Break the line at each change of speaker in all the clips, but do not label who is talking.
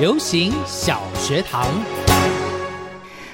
流行小学堂，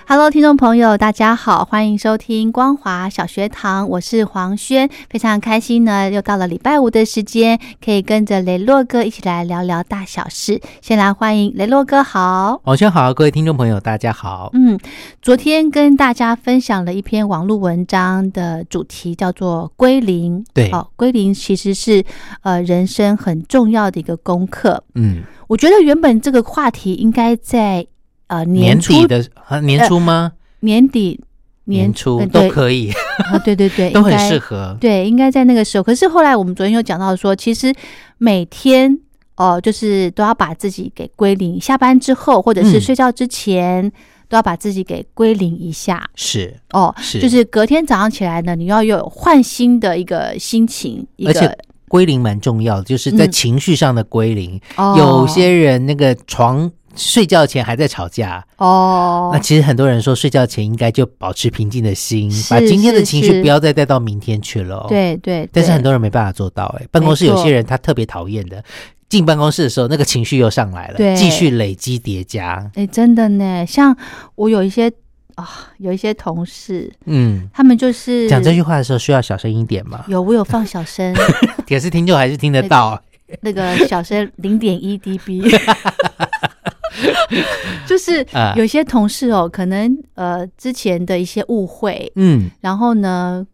Hello，听众朋友，大家好，欢迎收听光华小学堂，我是黄轩，非常开心呢，又到了礼拜五的时间，可以跟着雷洛哥一起来聊聊大小事。先来欢迎雷洛哥，好。
网圈哦好，各位听众朋友，大家好。
嗯，昨天跟大家分享了一篇网络文章的主题，叫做“归零”。
对
哦，归零其实是呃人生很重要的一个功课。
嗯，
我觉得原本这个话题应该在呃
年
初呃
底的啊年初吗？
年底
年初
呃
都
对
可以，
啊，对对对，
都
应
很
该
适合。
对，应该在那个时候。可是后来我们昨天又讲到说，其实每天哦、就是都要把自己给归零，下班之后或者是
嗯
睡觉之前。都要把自己给归零一下
是，
哦，
是
就是隔天早上起来呢，你要有换新的一个心情，一
而
个
且归零蛮重要的，就是在
嗯
情绪上的归零。
哦
有些人那个床睡觉前还在吵架，
哦
那，其实很多人说睡觉前应该就保持平静的心，
是
把今天的
是
情绪
是
不要再带到明天去了哦。
对对，
但是
对
很多人没办法做到、欸。办公室有
没错
些人他特别讨厌的，进办公室的时候那个情绪又上来了，
对
继续累积叠加。
哎，真的呢，像我有一些啊、有一些同事，
嗯，
他们就是
讲这句话的时候需要小声一点 嘛，
有我有放 小声，
可是听众还是听得到。
那个小声零点一 dB，就是
啊
有些同事哦，可能呃之前的一些误会，
嗯，
然后呢，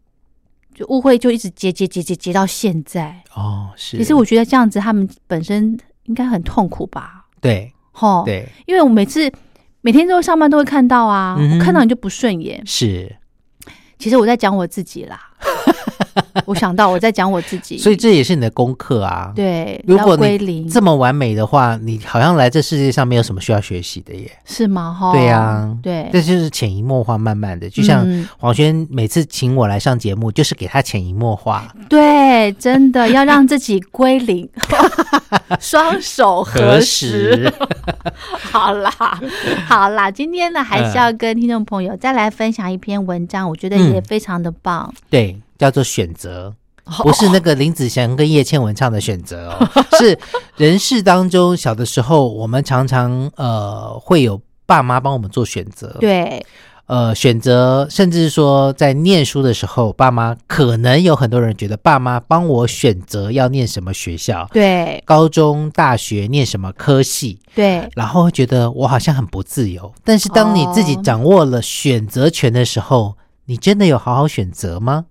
就误会就一直结结结结结到现在。
哦，是。
其实我觉得这样子，他们本身应该很痛苦吧？
对
吼，
对
因为我每次每天都上班都会看到啊，
嗯哼
我看到你就不顺眼。
是，
其实我在讲我自 己啦，我想到我在讲我自己，
所以这也是你的功课啊。，
对，
如果
要归
你
零
这么完美的话，你好像来这世界上没有什么需要学习的耶。
是吗？哈，
对啊
对，
这就是潜移默化，慢慢的，就像
嗯
黄轩每次请我来上节目，就是给他潜移默化。
对，真的要让自己 归零，双手合十。
时？
好啦，好啦，今天呢，还是要跟听众朋友再来分享一篇文章，我觉得也
嗯
非常的棒。
对，叫做选择，不是那个林子祥跟叶倩文唱的选择哦， 是人世当中小的时候，我们常常呃会有爸妈帮我们做选择，，
对，
呃选择，甚至说在念书的时候，爸妈可能有很多人觉得爸妈帮我选择要念什么学校，
对，
高中、大学念什么科系，
对，
然后会觉得我好像很不自由。但是当你自己
哦
掌握了选择权的时候，你真的有好好选择吗？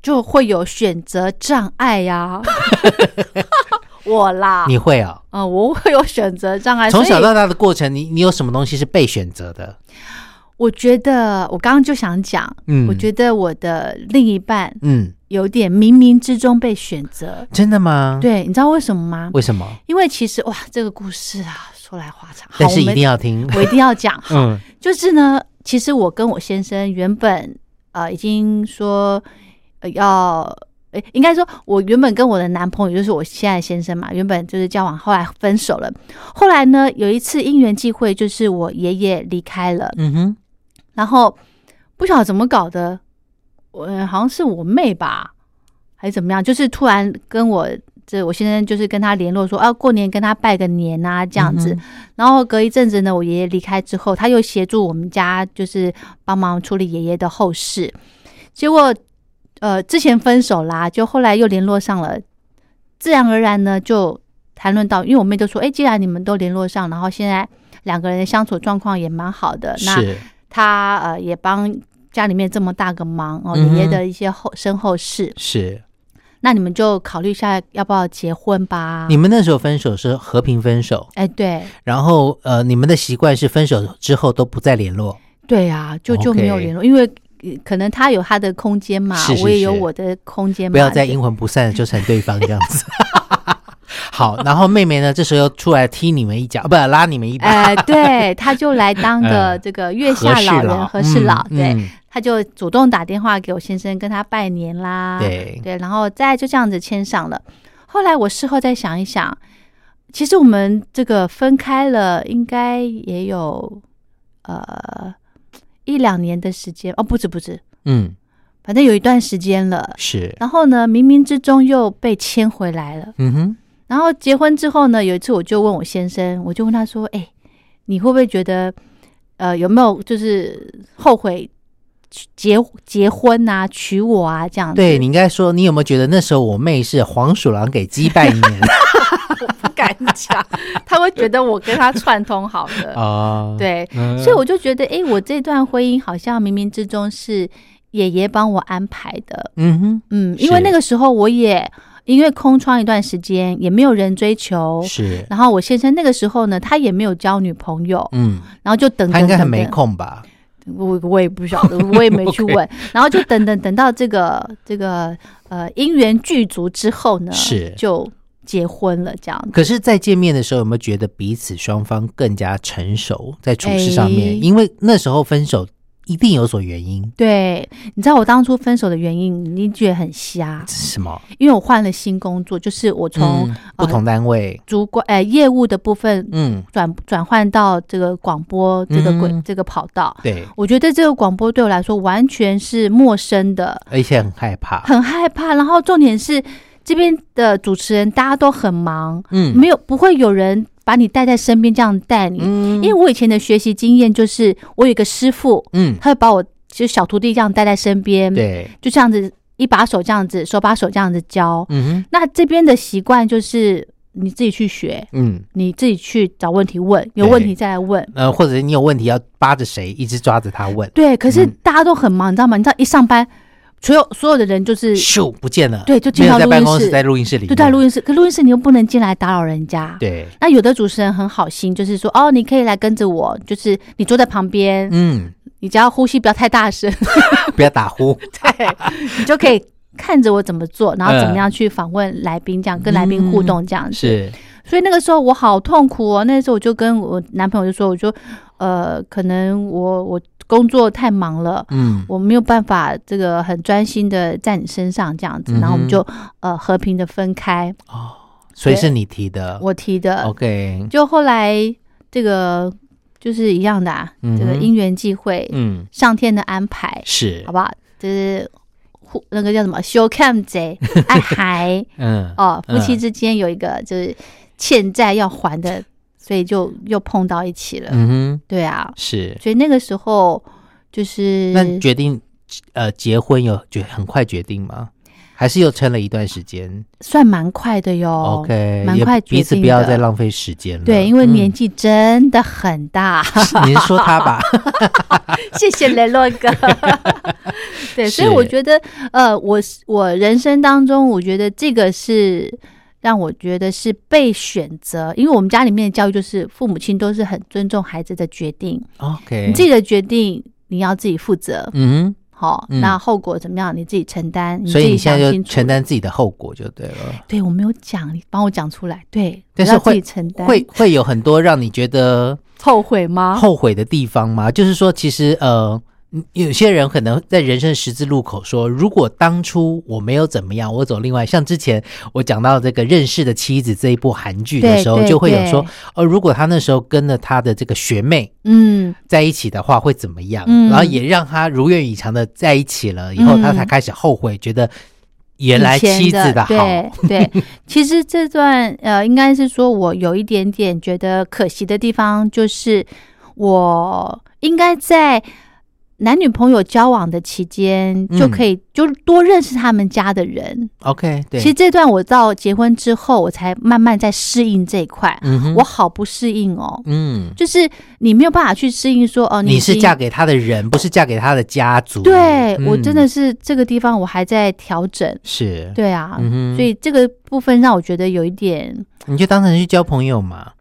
就会有选择障 碍呀、我啦，
你会哦。
嗯、我会有选择障碍，
从
啊所
小
以
到大的过程，你你有什么东西是被选择的？
我觉得我刚刚就想讲，
嗯
我觉得我的另一半
嗯，
有点冥冥之中被选择。
真的吗？，
对，啊你知道为什么吗？
为什么？
因为其实哇，这个故事啊，说来话长，
但
好
是一
我们
定要听。
我一定要讲，
嗯
就是呢，其实我跟我先生原本呃已经说、呃、要，诶应该说我原本跟我的男朋友，就是我现在的先生嘛，原本就是交往，后来分手了。后来呢，有一次因缘际会，就是我爷爷离开了，
嗯哼，
然后不晓得怎么搞的，我呃好像是我妹吧，还是怎么样，就是突然跟我这我先生就是跟他联络说，啊，过年跟他拜个年啊这样子。
嗯
然后隔一阵子呢，我爷爷离开之后，他又协助我们家就是帮忙处理爷爷的后事。结果呃之前分手啦，就后来又联络上了，自然而然呢就谈论到，因为我妹就说，哎，既然你们都联络上，然后现在两个人的相处状况也蛮好的，那
是
他呃也帮家里面这么大个忙哦，
嗯哼
爷爷的一些后身后事，
是
那你们就考虑一下要不要结婚吧。
你们那时候分手是和平分手，
哎，对
然后呃，你们的习惯是分手之后都不再联络，
对啊，就就
OK
没有联络，因为呃可能他有他的空间嘛，
是是
我也
是
有我哎的空间嘛，
不要再阴魂不散的纠缠对方这样子。 好，然后妹妹呢，这时候又出来踢你们一脚，啊不拉你们一把，
哎，对，他就来当个
呃
这个月下老人和
和
事
事
老
佬，嗯
对，
嗯
他就主动打电话给我先生，跟他拜年啦，
对
啊对，然后再就这样子签上了。后来我事后再想一想，其实我们这个分开了，应该也有呃一两年的时间哦，不止不止，
嗯，
反正有一段时间了。
是，
然后呢，冥冥之中又被牵回来了。
嗯哼，
然后结婚之后呢，有一次我就问我先生，我就问他说：“哎、你会不会觉得，呃，有没有就是后悔娶结结婚啊，娶我啊这样子？”
对你应该说，你有没有觉得那时候我妹是黄鼠狼给鸡拜 年
不敢讲， 他会觉得我跟他串通好的。
哦，
对，
嗯，
所以我就觉得，哎、我这段婚姻好像冥冥之中是爷爷帮我安排的。
嗯哼。
嗯，因为
是
那个时候我也因为空窗一段时间，也没有人追求。
是，
然后我先生那个时候呢，他也没有交女朋友，
嗯，
然后就等等
他应该很
等
没
等
空吧？
我我也不晓 得，我也没去问。然后就等等等到这个这个呃姻缘具足之后呢，
是
就结婚了这样子。
可是再见面的时候，有没有觉得彼此双方更加成熟在处事上面？
哎
因为那时候分手一定有所原因，
对，你知道我当初分手的原因，你觉得很瞎，
什么？
因为我换了新工作，就是我从呃
嗯、不同单位，
主管呃业务的部分
嗯，
转转换到这个广播这个轨、
嗯
这个跑道，
对，
我觉得这个广播对我来说完全是陌生的，
而且很害怕，
很害怕。然后重点是这边的主持人大家都很忙，
嗯
没有不会有人把你带在身边这样带你。
嗯
因为我以前的学习经验就是，我有一个师傅，
嗯，
他会把我就小徒弟这样带在身边，
对，
就这样子一把手这样子，手把手这样子教。
嗯哼，
那这边的习惯就是你自己去学，
嗯。
你自己去找问题问，有问题再来问。
呃，或者是你有问题要扒着谁，一直抓着他问，
对，可是
嗯
大家都很忙，你知道吗？你知道一上班，所有所有的人就是
咻不见了，
对就进
没有
到
在
录
办
音
公室，
室
在录音室里面，
就在录音室，可录音室你又不能进来打扰人家。
对，
那有的主持人很好心，就是说哦，你可以来跟着我，就是你坐在旁边，
嗯，
你只要呼吸不要太大声，
不要打 呼，
对，你就可以看着我怎么做，然
嗯
后怎么样去访问来宾，这样、跟来宾互动这样子。
是，
所以那个时候我好痛苦哦，那时候我就跟我男朋友就说，我就呃，可能我我工作太忙了。
嗯，
我没有办法，这个很专心的在你身上这样子，
嗯哼
然后我们就呃和平的分开。
所以
对
是你提的
我提的，
哦，OK，
就后来这个就是一样的啊，
嗯哼
这个因缘际会，
嗯，
上天的安排，
是
好，不好？就是互那个叫什么修 cam 贼爱孩
嗯，
哦，夫
嗯
妻之间有一个就是欠债要 还的，所以就又碰到一起了。
嗯哼，
对啊，
是。
所以那个时候就是
那你决定呃结婚有决很快决定吗？还是又撑了一段时间、
算蛮快的哟
o k
哦蛮
也
快决
彼此
定
不要
的
再浪费时间了。
对，因为
嗯
年、纪真的很 大。
是您说他吧，
谢谢雷洛 哥。对，所
是
以我觉得，呃，我是我人生当中，我觉得这个是让我觉得是被选择，因为我们家里面的教育就是父母亲都是很尊重孩子的决定，
OK，
你自己的决定你要自己负责，
嗯
好、
嗯
那后果怎么样你自己承担，
哼，
自
所以
己
你现
想
在就
清楚
承。担自己的后果就对了。
对，我没有讲，你帮我讲出来。对，
但是
我要自
会
己承担，
会会有很多让你觉得
后悔吗？
后悔的地方吗？就是说，其实呃，有些人可能在人生十字路口说，如果当初我没有怎么样，我走另外，像之前我讲到这个认识的妻子这一部韩剧的
对
时候，
对
就会有说
对，
哦、如果他那时候跟了他的这个学妹。
嗯，
在一起的话会怎么样？
嗯
然后也让他如愿以偿的在一起了，以后
嗯
他才开始后悔，觉得原来
以前
妻子
的
好，
对 对，其实这段呃，应该是说我有一点点觉得可惜的地方，就是我应该在男女朋友交往的期间，
嗯
就可以就多认识他们家的人。
OK，对，
其实这段我到结婚之后，我才慢慢在适应这一块，
嗯哼
我好不适应哦。
嗯，
就是你没有办法去适应说哦，
你
已
是
经
嫁给他的人，不是嫁给他的家族。
对、我
嗯
真的是这个地方我还在调整，
是，
对啊，
嗯哼
所以这个部分让我觉得有一点
你就当成去交朋友 嘛。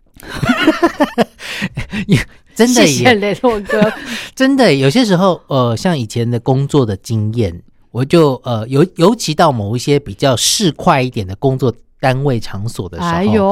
真的
谢谢
耶，
雷洛哥，
真的有些时候，呃，像以前的工作的经验，我就呃，尤尤其到某一些比较市侩一点的工作单位场所的时候，
哎呦，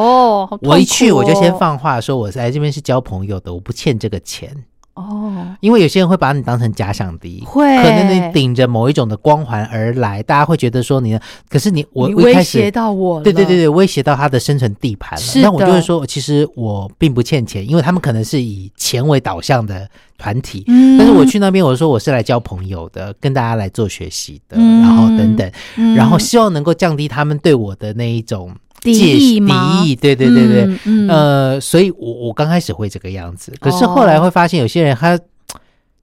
好痛苦
我一去我就先
哦
放话说，我来这边是交朋友的，我不欠这个钱，
哦，
因为有些人会把你当成假想敌，
会
可能你顶着某一种的光环而来，大家会觉得说你，可是你我
你
我一
威
开
胁
始。
到我了，
对对对对，威胁到他的生存地盘了。
是
那我
的
就会说，其实我并不欠钱，因为他们可能是以钱为导向的团体。
嗯，
但是我去那边，我说我是来交朋友的，跟大家来做学习的，
嗯
然后等等，
嗯，
然后希望能够降低他们对我的那一种
敌
戒
意
敌
吗？
意。对对对对，
嗯，嗯
呃，所以我我刚开始会这个样子，可是后来会发现有些人他、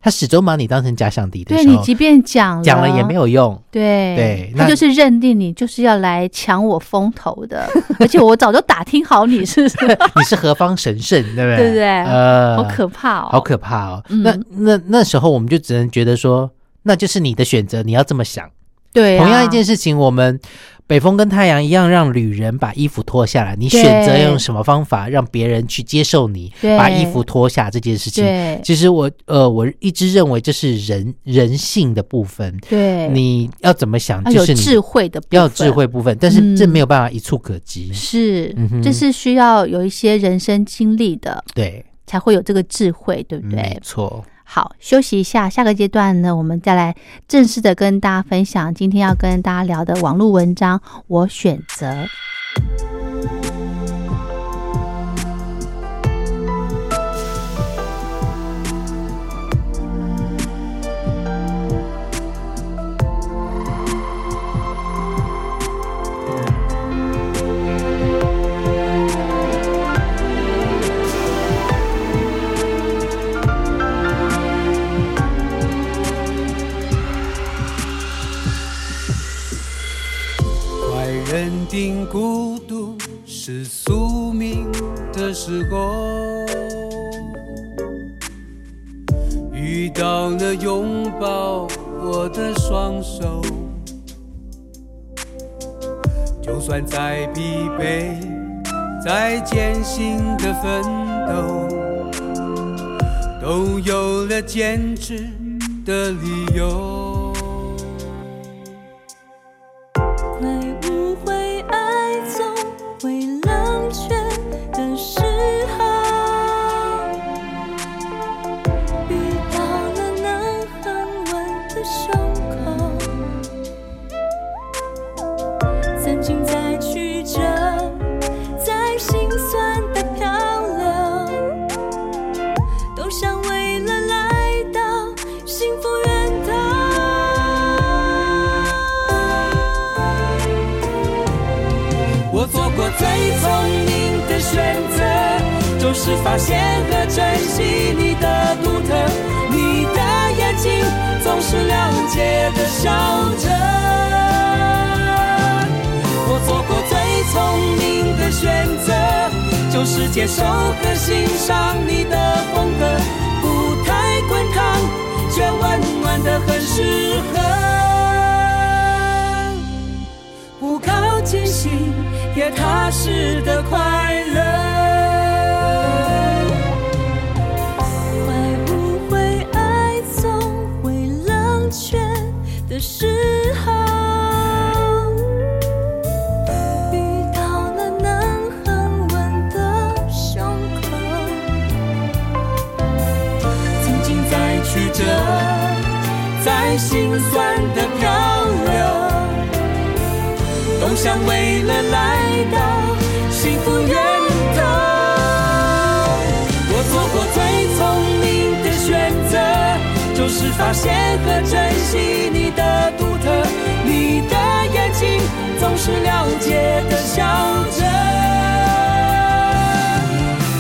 他始终把你当成假想敌的
对
时
你
候，
即便讲
讲了也没
有，
有用。
对
对
他
那
就是认定你就是要来抢我风 头的，而且我早就打听好你是，
你是何方神圣，对不对？
对不对
呃，
好可怕哦，
好可怕哦。
嗯
那那那时候我们就只能觉得说，那就是你的选择，你要这么想。
对啊，
同样一件事情，我们北风跟太阳一样，让旅人把衣服脱下来，你
对
选择用什么方法让别人去接受你
对
把衣服脱下这件事情。
对
其实我呃，我一直认为这是人人性的部分，
对，
你要怎么想
要
就
有
是
智
你
慧的部分，
要有智慧部分，但是这
嗯
没有办法一触可及。
是
嗯哼，
这是需要有一些人生经历的，
对，
才会有这个智慧，对不
没
对？
错。
好，休息一下，下个阶段呢，我们再来正式的跟大家分享今天要跟大家聊的网络文章《我选择》。
快认定孤独是宿命的时候，遇到了拥抱我的双手，就算再疲惫，再艰辛的奋斗，都有了坚持的理由。
快误会爱总会冷却的时候，遇到了能恒温的胸口，曾经在曲折，在心酸的漂流，都想为了来到幸福源头。
我做过最聪明的选择，就是发现和珍惜你的独特，你的眼睛总是了解的笑着。我做过最聪明的选择，就是接受和欣赏你的风格，不太滚烫，却温暖的很适合。不靠近心，也踏实的快乐。
会不会爱总会冷却的时候，遇到了能恒温的胸口，
曾经在曲折，在心酸的漂流，都想为了来到幸福源头。我做过最聪明的选择，就是发现和珍惜你的独特，你的眼睛总是了解的笑着。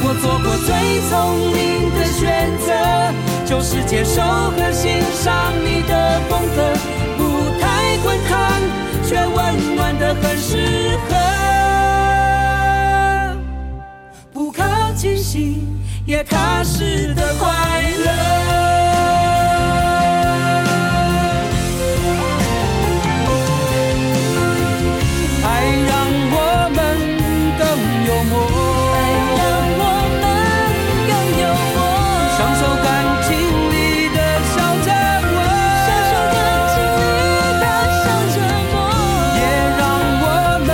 我做过最聪明的选择，就是接受和欣上你的风格，不太滚烫，却温暖的很适合。不靠近心，也踏实的快乐。爱让我们更幽默，
让我们更幽默，
享受感情里的小折磨，
享受感情里的小折磨，
也让我们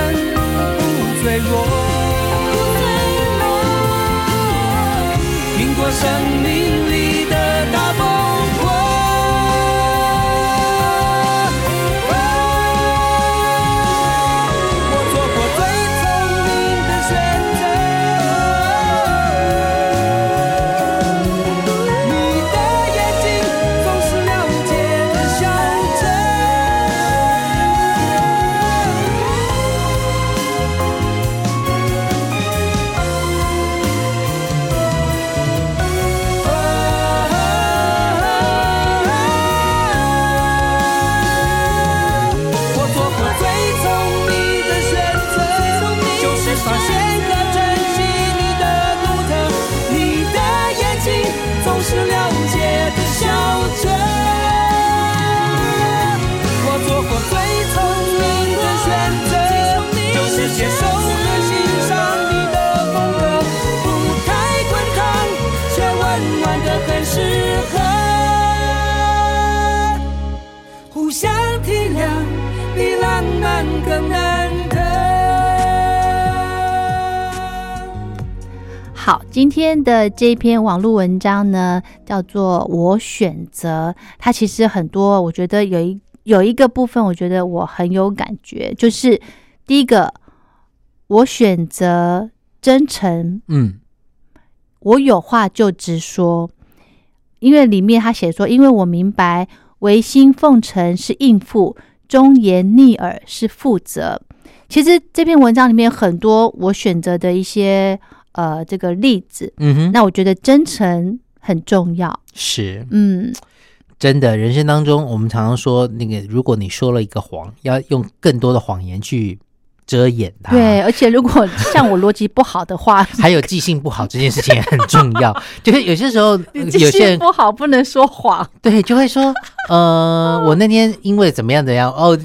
不脆弱，
不脆弱，
经过生命里的大风波。我做过最聪明的选择。你的眼睛总是了解的笑着，我做过最聪明的选择，就是发现和珍惜你的独特，你的眼睛总是了解的笑着。我做过最聪明的选择，就是接受和欣赏你的风格，不太滚烫，却温暖的很适合。互相体谅，比浪漫更难得。
好，今天的这篇网络文章呢，叫做《我选择》，它其实很多，我觉得有一有一个部分，我觉得我很有感觉，就是第一个，我选择真诚，
嗯，
我有话就直说，因为里面他写说，因为我明白唯心奉承是应付，忠言逆耳是负责。其实这篇文章里面有很多我选择的一些呃这个例子，
嗯哼，
那我觉得真诚很重要。
是
嗯，
真的。人生当中，我们常常说，那个如果你说了一个谎，要用更多的谎言去遮掩它。
对，而且如 果像我逻辑不好的话，
还有记性不好这件事情也很重 要，就是有些时候呃
你记
有些
性
人
不好不能说谎。
对就会说，呃，我那天因为怎么样怎么样，哦，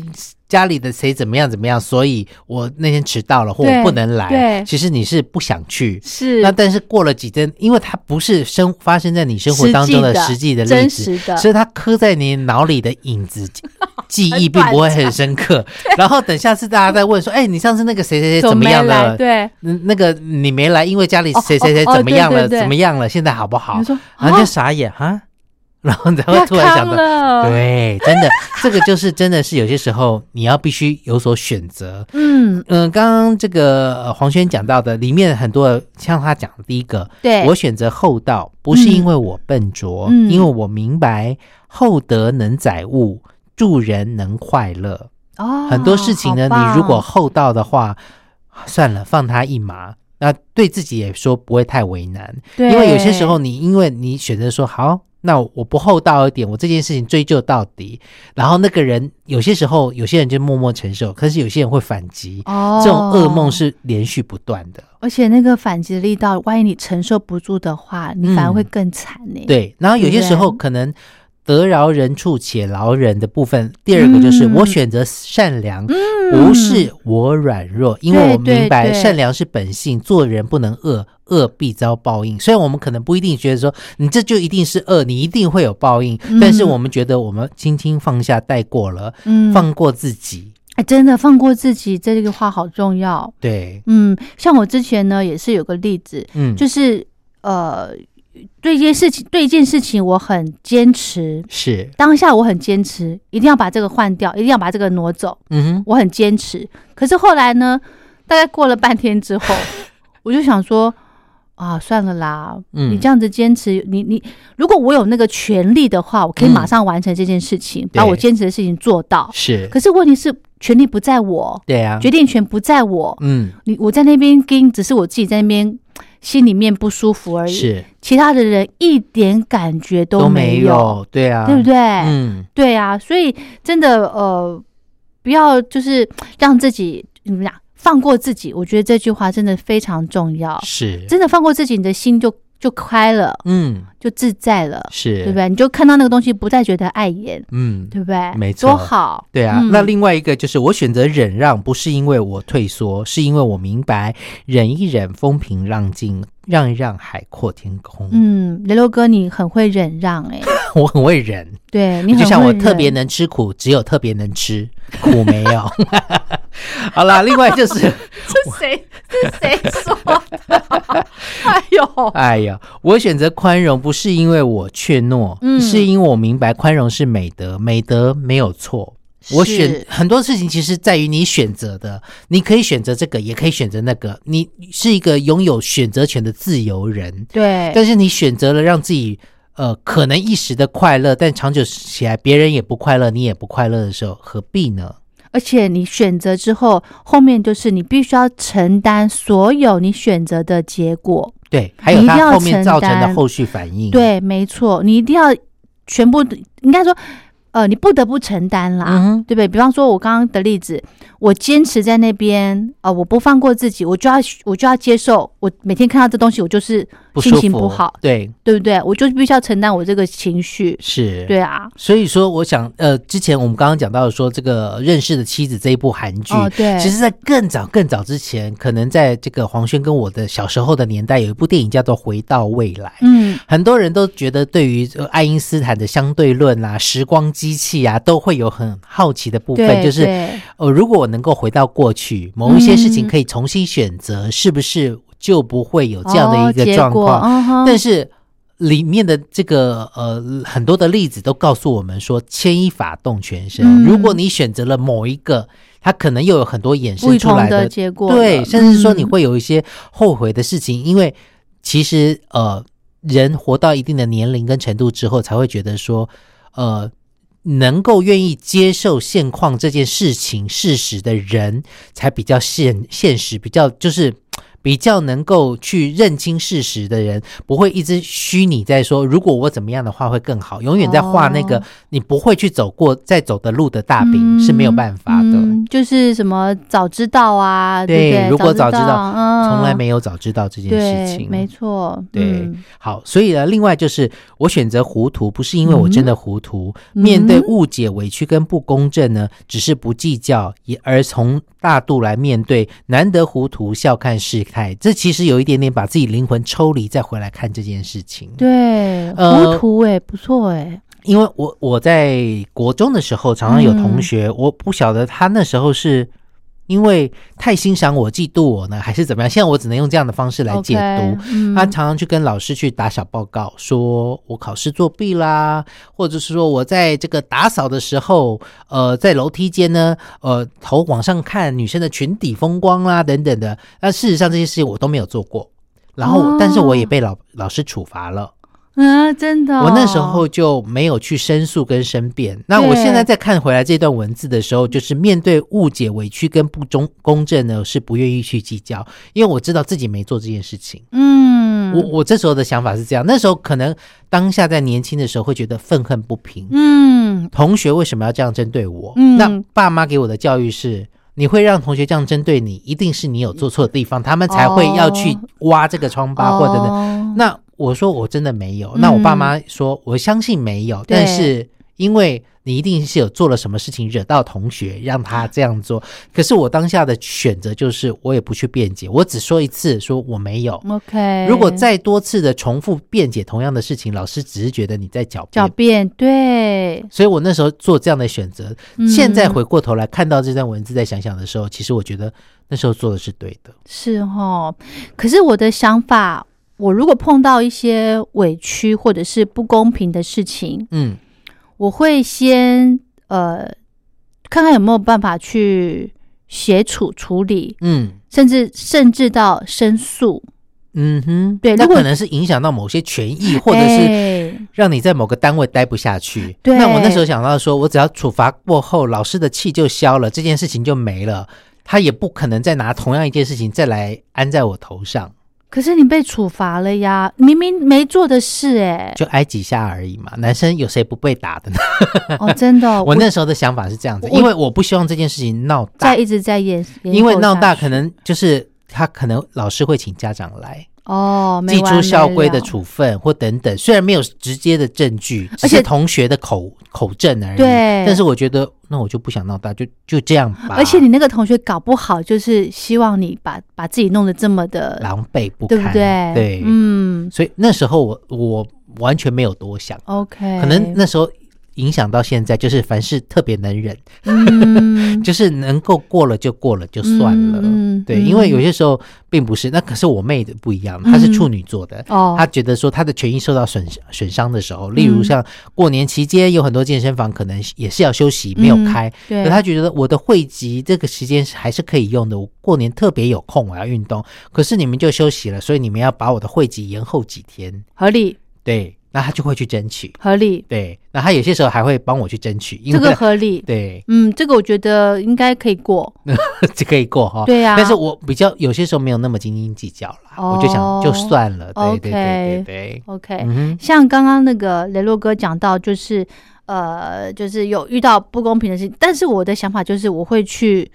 家里的谁怎么样怎么样，所以我那天迟到了或
对
我不能来。
对
其实你是不想去。
是
那但是过了几天，因为它不是生发生在你生活当中的实
实
际
际
的
的
例
真
子，
实的
所以它刻在你脑里的影子记忆并不会很深 刻。然后等下次大家再问说，哎，你上次那个谁谁谁怎么样
总没来
了？
对，
嗯，那个你没来，因为家里
哦
谁谁谁
哦哦
怎么样了，
对对对
怎么样了，现在好不好
你？说
然后就
啊
傻眼哈，然后你才会
要
突然想到，
康了，
对，真的，这个就是真的是有些时候你要必须有所选择。
嗯，
嗯，刚刚这个、呃黄轩讲到的，里面很多像他讲的第一个，
对，
我选择厚道，不是因为我笨拙，
嗯
因为我明白厚德能载物，助人能快乐。
哦
很多事情呢，
好棒
你如果厚道的话，算了，放他一马。那对自己也说不会太为难，
对
因为有些时候你因为你选择说好，那我不厚道一点，我这件事情追究到底，然后那个人有些时候有些人就默默承受，可是有些人会反击，
哦，
这种噩梦，是连续不断的。
而且那个反击的力道，万一你承受不住的话，你反而会更惨呢、，
嗯对，然后有些时候
对
可能得饶人处且饶人的部分，第二个就是
嗯
我选择善良，不是我软弱，因为
对
我明白
对对
善良是本性，做人不能恶，恶必遭报应。虽然我们可能不一定觉得说你这就一定是恶，你一定会有报应，但是
嗯
我们觉得我们轻轻放下，带过了，
嗯，
放过自己。
哎，真的放过自己，这句话好重要。
对，
嗯，像我之前呢，也是有个例子，
嗯，
就是呃，对一件事情，对一件事情，我很坚持，
是，
当下我很坚持，一定要把这个换掉，一定要把这个挪走，
嗯哼，
我很坚持。可是后来呢， 大概过了半天之后，我就想说。啊，算了啦，
嗯
你这样子坚持，你你，如果我有那个权利的话，我可以马上完成这件事情，把
对
我坚持的事情做到。
是，
可是问题是，权利不在我，
对啊
决，定权不在我，
嗯，
你我在那边跟，只是我自己在那边心里面不舒服而已，
是
其他的人一点感觉都
没
有，
有，对啊，
对不对？
嗯，
对啊，所以真的呃，不要就是让自己怎么讲，放过自己。我觉得这句话真的非常重要，
是，
真的放过自己，你的心就就开了，
嗯，
就自在了，
是，
对不？对？你就看到那个东西不再觉得碍眼，
嗯，
对不对？
没错
多好。
对啊，
嗯
那另外一个就是我选择忍让，不是因为我退缩，是因为我明白忍一忍，风平浪静，让一让，海阔天空。
嗯，雷洛哥，你很会忍让哎、
我很会忍，
对你很
就像我
会
特别
忍
能吃苦，只有特别能吃苦没有。 好啦，另外就是，
是谁是谁说的？ 哎呦，
哎呀，我选择宽容，不是因为我怯懦，
嗯
是因为我明白宽容是美德，美德没有错。我
是
选很多事情，其实在于你选择的，你可以选择这个，也可以选择那个。你是一个拥有选择权的自由人，
对，
但是你选择了让自己呃可能一时的快乐，但长久起来别人也不快乐，你也不快乐的时候，何必呢？
而且你选择之后，后面就是你必须要承担所有你选择的结果。
对，还有
你一定
它
要
后面造成
承
的
担
后续反应。，
对，没错，你一定要全部，应该说，呃，你不得不承担啦，
嗯哼
对不对？比方说，我刚刚的例子，我坚持在那边，呃，我不放过自己，我就要，我就要接受，我每天看到这东西，我就是
不舒
心
服，
情不好，
对，
对不对？我就必须要承担我这个情绪。
是，
对啊，
所以说，我想，呃，之前我们刚刚讲到说，这个《认识的妻子》这一部韩剧，
哦对
其实在更早更早之前，可能在这个黄轩跟我的小时候的年代，有一部电影叫做《回到未来》。
嗯，
很多人都觉得对于呃爱因斯坦的相对论啊、时光机器啊，都会有很好奇的部分，
对
就是
对嗯
呃，如果我能够回到过去，某一些事情可以重新选择，是不是就不会有这样的
哦
一个
结
状
果
况？
嗯哼
但是里面的这个呃很多的例子都告诉我们说，牵一发动全身。
嗯
如果你选择了某一个，它可能又有很多衍
不
生出
同
来
的结果了，
对，甚至说你
嗯
会有一些后悔的事情，因为其实呃，人活到一定的年龄跟程度之后，才会觉得说，呃，能够愿意接受现况这件事情事实的人，才比较现现实，比较就是。比较能够去认清事实的人，不会一直虚拟在说，如果我怎么样的话会更好，永远在画那个、
哦
你不会去走过再走的路的大饼、
嗯
是没有办法的。
嗯就是什么早知道啊，对不对？
如果
早
早知道，
嗯，
从来没有早知道这件事
对，
情。
没错，
对，
嗯
好，所以呢，另外就是我选择糊涂，不是因为我真的糊涂，
嗯
面对误解、委屈跟不公正呢，只是不计较，也而从大度来面对，难得糊涂，笑看世态。这其实有一点点把自己灵魂抽离，再回来看这件事情。
对，
呃
糊涂哎，不错哎，
因为我我在国中的时候，常常有同学，我不晓得他那时候是因为太欣赏我、嫉妒我呢，还是怎么样。现在我只能用这样的方式来解
OK，
读。啊
嗯
他常常去跟老师去打小报告，说我考试作弊啦，或者是说我在这个打扫的时候，呃，在楼梯间呢，呃，头往上看女生的裙底风光啦，等等的。那事实上这些事情我都没有做过，然后、
哦
但是我也被老老师处罚了。
嗯，真的哦，
我那时候就没有去申诉跟申辩。那我现在再看回来这段文字的时候，就是面对误解、委屈跟不中公正呢，是不愿意去计较，因为我知道自己没做这件事情。
嗯，
我我这时候的想法是这样，那时候可能当下在年轻的时候会觉得愤恨不平，
嗯
同学为什么要这样针对我？
嗯
那爸妈给我的教育是。你会让同学这样针对你，一定是你有做错的地方，他们才会要去挖这个疮疤、或者呢，
嗯哦
那我说我真的没有，
嗯
那我爸妈说我相信没有，
对
但是因为你一定是有做了什么事情惹到同学，让他这样做。可是我当下的选择就是我也不去辩解，我只说一次，说我没有。
OK，
如果再多次的重复辩解同样的事情，老师只是觉得你在狡
狡
辩。
辩，对，
所以我那时候做这样的选择，
嗯
现在回过头来看到这段文字，再想想的时候，其实我觉得那时候做的是对的。
是哦，可是我的想法，我如果碰到一些委屈或者是不公平的事情，
嗯，
我会先呃看看有没有办法去协处处理，
嗯
甚至甚至到申诉，
嗯哼，
对
那
如果
可能是影响到某些权益，或者是
哎
让你在某个单位待不下去。
对
那我那时候想到说，我只要处罚过后，老师的气就消了，这件事情就没了，他也不可能再拿同样一件事情再来安在我头上。
可是你被处罚了呀，明明没做的事 哎、
就挨几下而已嘛。男生有谁不被打的呢？
哦，真的哦、
我那时候的想法是这样子，
我
因为我不希望这件事情闹大
在，一直在演，研
因为
究
闹
下
大
去
可能就是他可能老师会请家长来
哦，没
记
完
出校
没
规的
了
处分或等等，虽然没有直接的证据，
而
只是
且
同学的口口证而已。
对
但是我觉得那我就不想闹大，就就这样吧。
而且你那个同学搞不好就是希望你把把自己弄得这么的，
狼狈不堪，
对不对？
对，
嗯
所以那时候我我完全没有多想，
，OK，
可 能那时候影响到现在，就是凡事特别能忍，
嗯
就是能够过了就过了就算了。
嗯嗯
对，
嗯
因为有些时候并不是，那可是我妹的不一样，她是处女座的。
哦，
她觉得说她的权益受到损损伤的时候，例如
嗯
像过年期间有很多健身房可能也是要休息没有开，
嗯对
可她觉得我的会籍这个时间是还是可以用的，我过年特别有空我要运动，可是你们就休息了，所以你们要把我的会籍延后几天。
合理
对，那他就会去争取。
合理，
对，那他有些时候还会帮我去争取，因
这
为
个合理，
对
嗯，这个我觉得应该可以过，
这可以过哈。
对啊
哦但是我比较有些时候没有那么斤斤计较啦，我就想就
哦
算了。对对对对
OK
对，
OK，、
嗯哼，
像刚刚那个雷洛哥讲到，就是呃，就是有遇到不公平的事情，但是我的想法就是我会去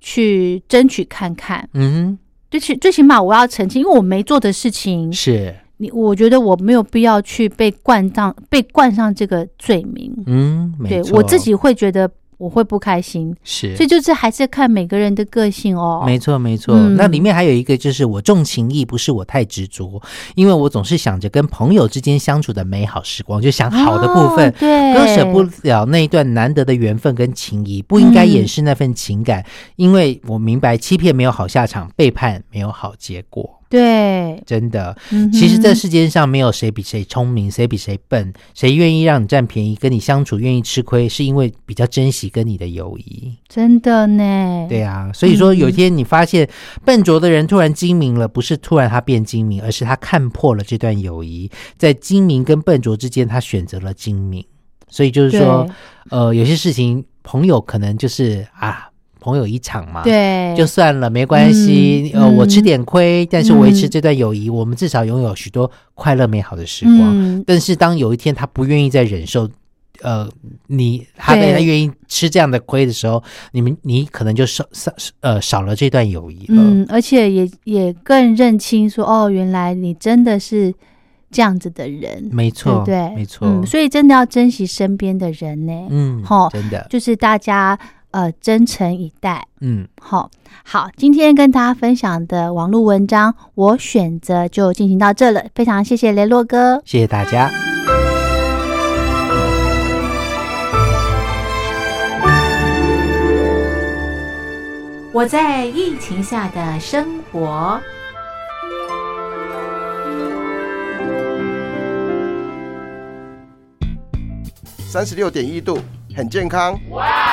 去争取看看，
嗯
最起最起码我要澄清，因为我没做的事情
哼，，是，
你我觉得我没有必要去被冠上被冠上这个罪名，
嗯，
对
没错，
我自己会觉得我会不开心，
是
所以。就是还是看每个人的个性哦，
没错，没错。
嗯
那里面还有一个就是我重情义，不是我太执着，因为我总是想着跟朋友之间相处的美好时光，就想好的部分
哦，对，嗯
割舍不了那一段难得的缘分跟情谊，不应该掩饰那份情感，因为我明白欺骗没有好下场，背叛没有好结果。
对，
真的，
嗯哼
其实这世界上没有谁比谁聪明，谁比谁笨，谁愿意让你占便宜，跟你相处愿意吃亏，是因为比较珍惜跟你的友谊。
真的呢，
对啊，所以说有一天你发现笨拙的人突然精明了，不是突然他变精明，而是他看破了这段友谊，在精明跟笨拙之间，他选择了精明。所以就是说
对，
呃，有些事情朋友可能就是啊，朋友一场嘛，，
对，
就算了，没关系，
嗯
呃，
嗯
我吃点亏，但是维持这段友谊，我们至少拥有许多快乐美好的时光。
嗯，
但是当有一天他不愿意再忍受，呃，你他
对
他愿意吃这样的亏的时候，你们你可能就少少呃少了这段友谊了。
嗯，而且也也更认清说，哦，原来你真的是这样子的人，
没
对
错，
不对？
没错，
嗯，所以真的要珍惜身边的人呢，
嗯，
吼
真的，
就是大家呃真诚以待。
嗯，
好、好，今天跟大家分享的网络文章，我选择就进行到这了。非常谢谢雷洛哥，
谢谢大家。
我在疫情下的生活。
三十六点一度，很健康。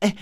哎